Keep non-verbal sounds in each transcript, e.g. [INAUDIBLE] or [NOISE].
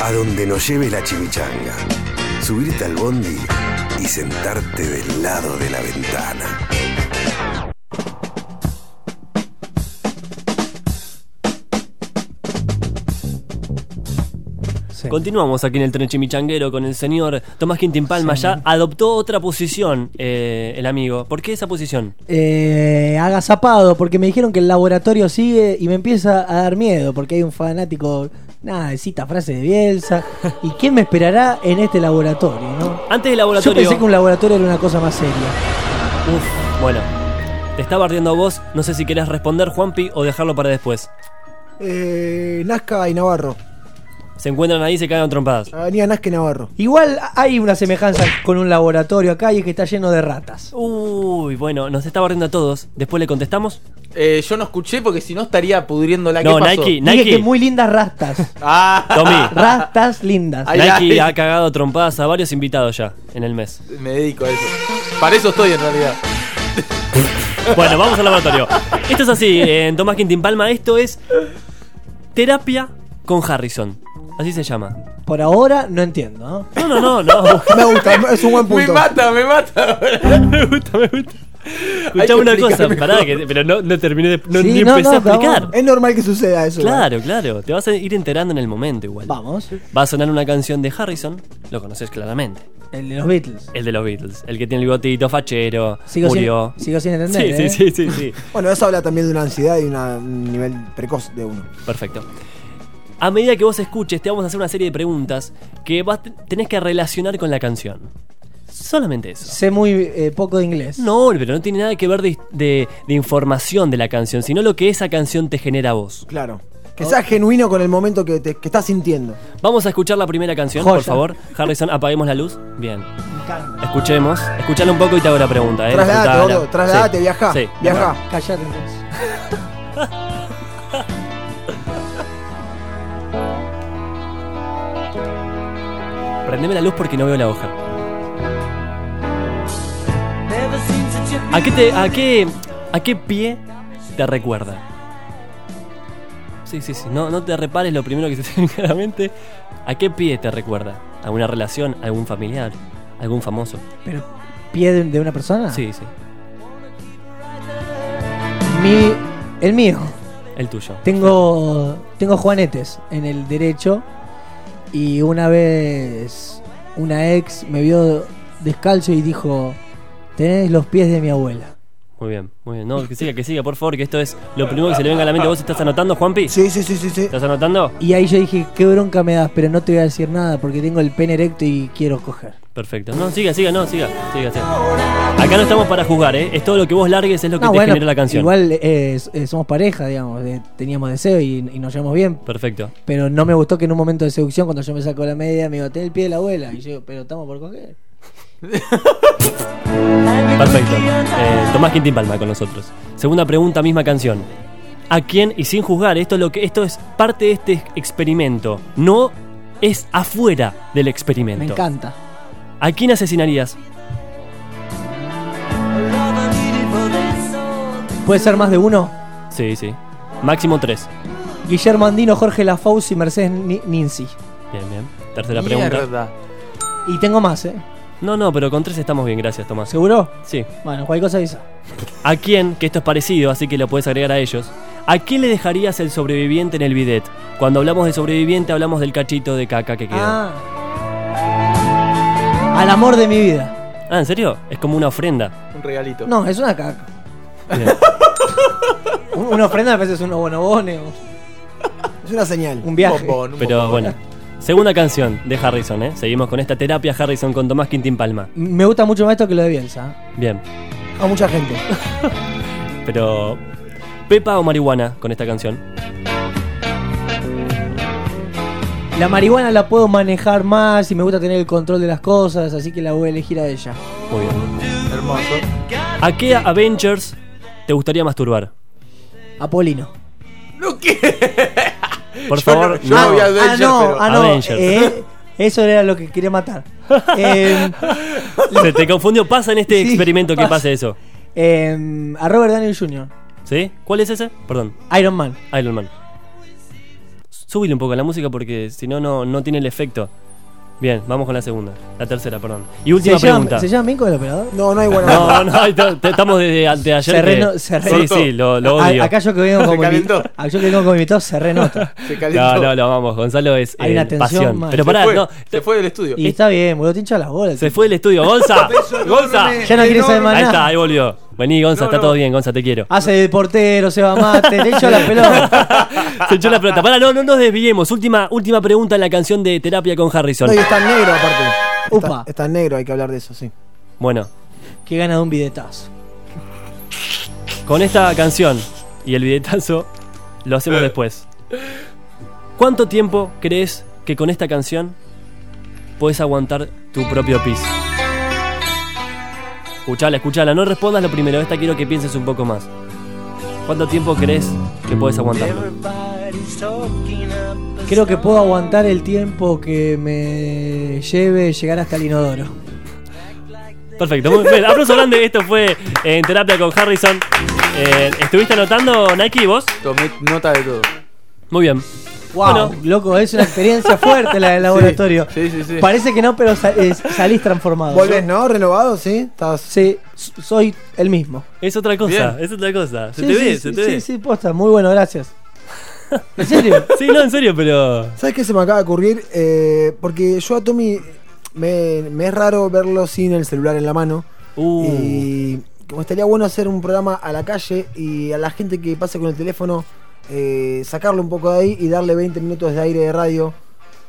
A donde nos lleve la chimichanga. Subirte al bondi y sentarte del lado de la ventana. Sí. Continuamos aquí en el tren chimichanguero con el señor Tomás Quintín Palma. Sí. Ya adoptó otra posición eh, el amigo. ¿Por qué esa posición? Eh, agazapado, porque me dijeron que el laboratorio sigue y me empieza a dar miedo, porque hay un fanático, nada, cita frase de Bielsa. ¿Y quién me esperará en este laboratorio, no? Antes del Yo laboratorio. pensé que un laboratorio era una cosa más seria. Uf, bueno, te está barriendo a vos. No sé si querés responder, Juanpi, o dejarlo para después. Eh, Nazca y Navarro. Se encuentran ahí y se cagan a trompadas. Avenida Nazca y Navarro. Igual hay una semejanza con un laboratorio acá y es que está lleno de ratas. Uy, bueno, nos está barriendo a todos. Después le contestamos. Eh, yo no escuché porque si no estaría pudriendo la No, ¿Qué pasó? Nike. Dije que muy [LAUGHS] lindas rastas. Ah, [LAUGHS] [LAUGHS] Tommy, Rastas lindas. Ay, ay. Nike ha cagado a trompadas a varios invitados ya en el mes. me dedico a eso. Para eso estoy en realidad. Bueno, vamos al laboratorio. Esto es así, eh, en Tomás Quintín Palma, esto es terapia con Harrison. Así se llama. Por ahora no entiendo, ¿no? No, no, no, [LAUGHS] no. Me gusta, es un buen Me punto. mata, me mata. me gusta, me gusta. Hay que Escuchá una cosa, explicarme pará, que, pero no, no terminé de. No, Sí, ni no, empecé no, a explicar. Es normal que suceda eso. ¿eh? Claro, claro. Te vas a ir enterando en el momento igual. Vamos. Va a sonar una canción de Harrison, lo conoces claramente. El de los Beatles. El de los Beatles, el que tiene el bigotito fachero, Sigo, murió. sin, sigo sin entender. Sí, ¿eh? sí, sí, sí, sí. Bueno, eso habla también de una ansiedad y una- un nivel precoz de uno. Perfecto. A medida que vos escuches, te vamos a hacer una serie de preguntas que vas, tenés que relacionar con la canción. Solamente eso. Sé muy eh, poco de inglés. No, pero no tiene nada que ver de, de- de información de la canción, sino lo que esa canción te genera a vos. Claro. Que seas genuino con el momento que, te, que estás sintiendo. Vamos a escuchar la primera canción, Joya. por favor. Harrison, apaguemos la luz. Bien. Escuchemos, escuchala un poco y te hago la pregunta. ¿eh? Trasladate, Disfrutala. gordo, trasladate, Sí. viajá. Sí. Viajá. Ah, Callate pues. entonces. Prendeme la luz porque no veo la hoja. ¿A qué, te- a qué, a qué pie te recuerda? Sí, sí, sí. No, no te repares lo primero que se te venga a la mente. ¿A qué pie te recuerda? ¿A una relación? ¿A algún familiar? ¿A ¿Algún famoso? Pero, ¿pie de, de una persona? Sí, sí. Mi, el mío. El tuyo. Tengo, tengo juanetes en el derecho. Y una vez una ex me vio descalzo y dijo: Tenés los pies de mi abuela. Muy bien, muy bien. No, que siga, que siga, por favor, que esto es lo primero que se le venga a la mente. ¿Vos estás anotando, Juanpi? Sí, sí, sí, sí, sí. ¿Estás anotando? Y ahí yo dije: Qué bronca me das, pero no te voy a decir nada porque tengo el pene erecto y quiero coger. Perfecto. No, siga, siga, no, siga, siga, siga. Acá no estamos para jugar, ¿eh? Es todo lo que vos largues, es lo que te genera la canción. Igual eh, s- eh, somos pareja, digamos. eh, teníamos deseo y, y nos llevamos bien. Perfecto. Pero no me gustó que en un momento de seducción, cuando yo me saco la media, me digo, ten el pie de la abuela. Y yo, digo, pero estamos por coger. Perfecto. Eh, Tomás Quintín Palma con nosotros. Segunda pregunta, misma canción. ¿A quién y sin juzgar? Esto es lo que esto es parte de este experimento. No es afuera del experimento. Me encanta. ¿A quién asesinarías? ¿Puede ser más de uno? Sí, sí. Máximo tres. Guillermo Andino, Jorge Lafaus y Mercedes Ni- Ninzi. Bien, bien. Tercera pregunta. Mierda. Y tengo más, ¿eh? No, no, pero con tres estamos bien, gracias, Tomás. ¿Seguro? Sí. Bueno, cualquier cosa avisa. ¿A quién? Que esto es parecido, así que lo puedes agregar a ellos. ¿A quién le dejarías el sobreviviente en el bidet? Cuando hablamos de sobreviviente, hablamos del cachito de caca que queda. Ah. Al amor de mi vida. ah ¿en serio? Es como una ofrenda. [LAUGHS] Un regalito. No, es una caca. Bien. Un- Una ofrenda a veces unos bonobones o Es una señal. un Un viaje. bombón, un Pero bombón. bueno, segunda canción de Harrison, ¿eh? Seguimos con esta terapia Harrison con Tomás Quintín Palma. Me gusta mucho más esto que lo de Bielsa. ¿eh? Bien, A mucha gente. pero. ¿Pepa o marihuana con esta canción? La marihuana la puedo manejar más y me gusta tener el control de las cosas, así que la voy a elegir a ella. Muy bien. Hermoso. ¿A qué Avengers te gustaría masturbar? Apolino. No que. Por [LAUGHS] Yo favor, no- yo no. no voy a- Avengers, ah, no, pero- ah, no. Avengers. eh, eso era lo que quería [LAUGHS] matar. Eh, Se te confundió, pasa en este Sí, experimento que pasa. pase eso. eh, a Robert Downey Jr., ¿Sí? ¿Cuál es ese? Perdón, Iron Man. Iron Man. Súbile un poco la música porque si no, no, no tiene el efecto. Bien, vamos con la segunda. La tercera, perdón. Y última ¿Se, llevan, pregunta. ¿Se llevan bien con el operador? No, no hay buena onda. No, no, te- te- estamos desde a- de ayer. Se que- reno- sí, se renotó. sí, lo, lo A- odio. acá yo que vengo como calentó. invitado, yo que vengo como invitado se renota. Se calentó. no, no, no, vamos, Gonzalo es Hay una eh, tensión pasión. mal. Pero Se pará, se fue, no, se fue del estudio. Y está bien, boludo, te hincha las bolas. se fue del estudio, Gonza. Gonza. Ya no quieres saber más Ahí está, nada. ahí volvió. Vení, Gonza, No, está no. todo bien, Gonza, te quiero. Hace de portero, se va mate, te [LAUGHS] hincha las pelotas. Se echó la pelota. Pará, no, no nos desviemos. Última, última pregunta en la canción de Terapia con Harrison. No, y está en negro aparte. Está- Upa. Está, en negro, hay que hablar de eso, sí. Bueno, Que gana de un bidetazo. con esta canción y el billetazo lo hacemos después. ¿Cuánto tiempo crees que con esta canción puedes aguantar tu propio piso? Escuchala, escuchala. No respondas lo primero. Esta quiero que pienses un poco más. ¿Cuánto tiempo crees que puedes aguantarlo? Creo que puedo aguantar el tiempo que me lleve llegar hasta el inodoro. Perfecto, muy bien. Aplauso grande, esto fue eh, en terapia con Harrison. Eh, ¿Estuviste anotando, Nike, vos? Tomé nota de todo. Muy bien. Wow, Bueno. loco, es una experiencia fuerte la del laboratorio. Sí, sí, sí. Parece que no, pero sa- eh, salís transformado. Volvés, ¿no? Renovado, sí. Estás. Sí, s- soy el mismo. Es otra cosa, Bien. es otra cosa. Se Sí, te sí, ve, sí, se te sí, ve. sí, posta, muy bueno, gracias. ¿En serio? Sí, no, en serio, pero. ¿Sabes qué se me acaba de ocurrir? Eh, porque yo a Tommy me, me es raro verlo sin el celular en la mano. Uh, Y como estaría bueno hacer un programa a la calle y a la gente que pasa con el teléfono, eh, sacarlo un poco de ahí y darle 20 minutos de aire de radio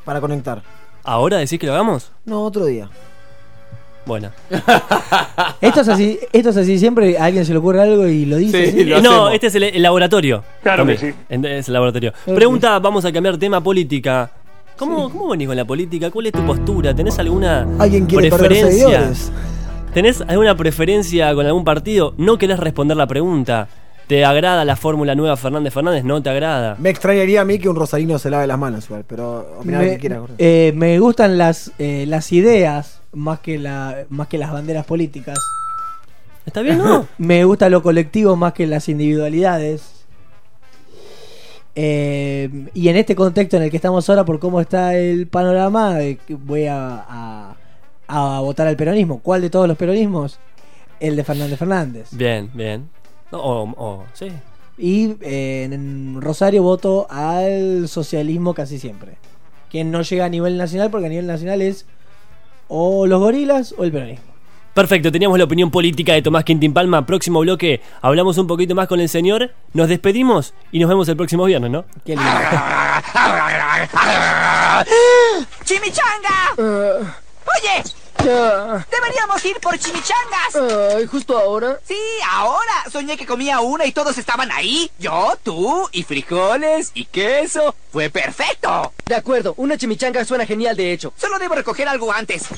para conectar. ¿Ahora decís que lo hagamos? No, otro día. Bueno. Esto es así, esto es así siempre, a alguien se le ocurre algo y lo dice. Sí, ¿sí? lo Eh, no, hacemos. este es el, el laboratorio. Claro que Tommy. sí. En- Es el laboratorio. Pregunta, vamos a cambiar tema política. ¿Cómo, ¿Cómo venís con la política? ¿Cuál es tu postura? ¿Tenés alguna Alguien quiere perder preferencia? seguidores. ¿Tenés alguna preferencia con algún partido? ¿No querés responder la pregunta? ¿Te agrada la fórmula nueva Fernández Fernández? ¿No te agrada? Me extrañaría a mí que un rosarino se lave las manos igual, pero opiná lo Me, que quieras. gordo. eh, me gustan las, eh, las ideas más que, la, más que las banderas políticas. ¿Está bien, [LAUGHS] no? Me gusta lo colectivo más que las individualidades. Eh, y en este contexto en el que estamos ahora, por cómo está el panorama, eh, que voy a, a- a votar al peronismo. ¿Cuál de todos los peronismos? El de Fernández Fernández. Bien, bien. No, o, o- sí. Y eh, en Rosario voto al socialismo casi siempre. Que no llega a nivel nacional porque a nivel nacional es o los gorilas o el peronismo. Perfecto, teníamos la opinión política de Tomás Quintín Palma. Próximo bloque, hablamos un poquito más con el señor, nos despedimos y nos vemos el próximo viernes, ¿no? Qué lindo. ¡Chimichanga! Eh. Oye, deberíamos ir por chimichangas. Ay, Eh, justo ahora. Sí, ahora. Soñé que comía una y todos estaban ahí. Yo, tú, y frijoles, y queso. Fue perfecto. De acuerdo, una chimichanga suena genial de hecho. Solo debo recoger algo antes.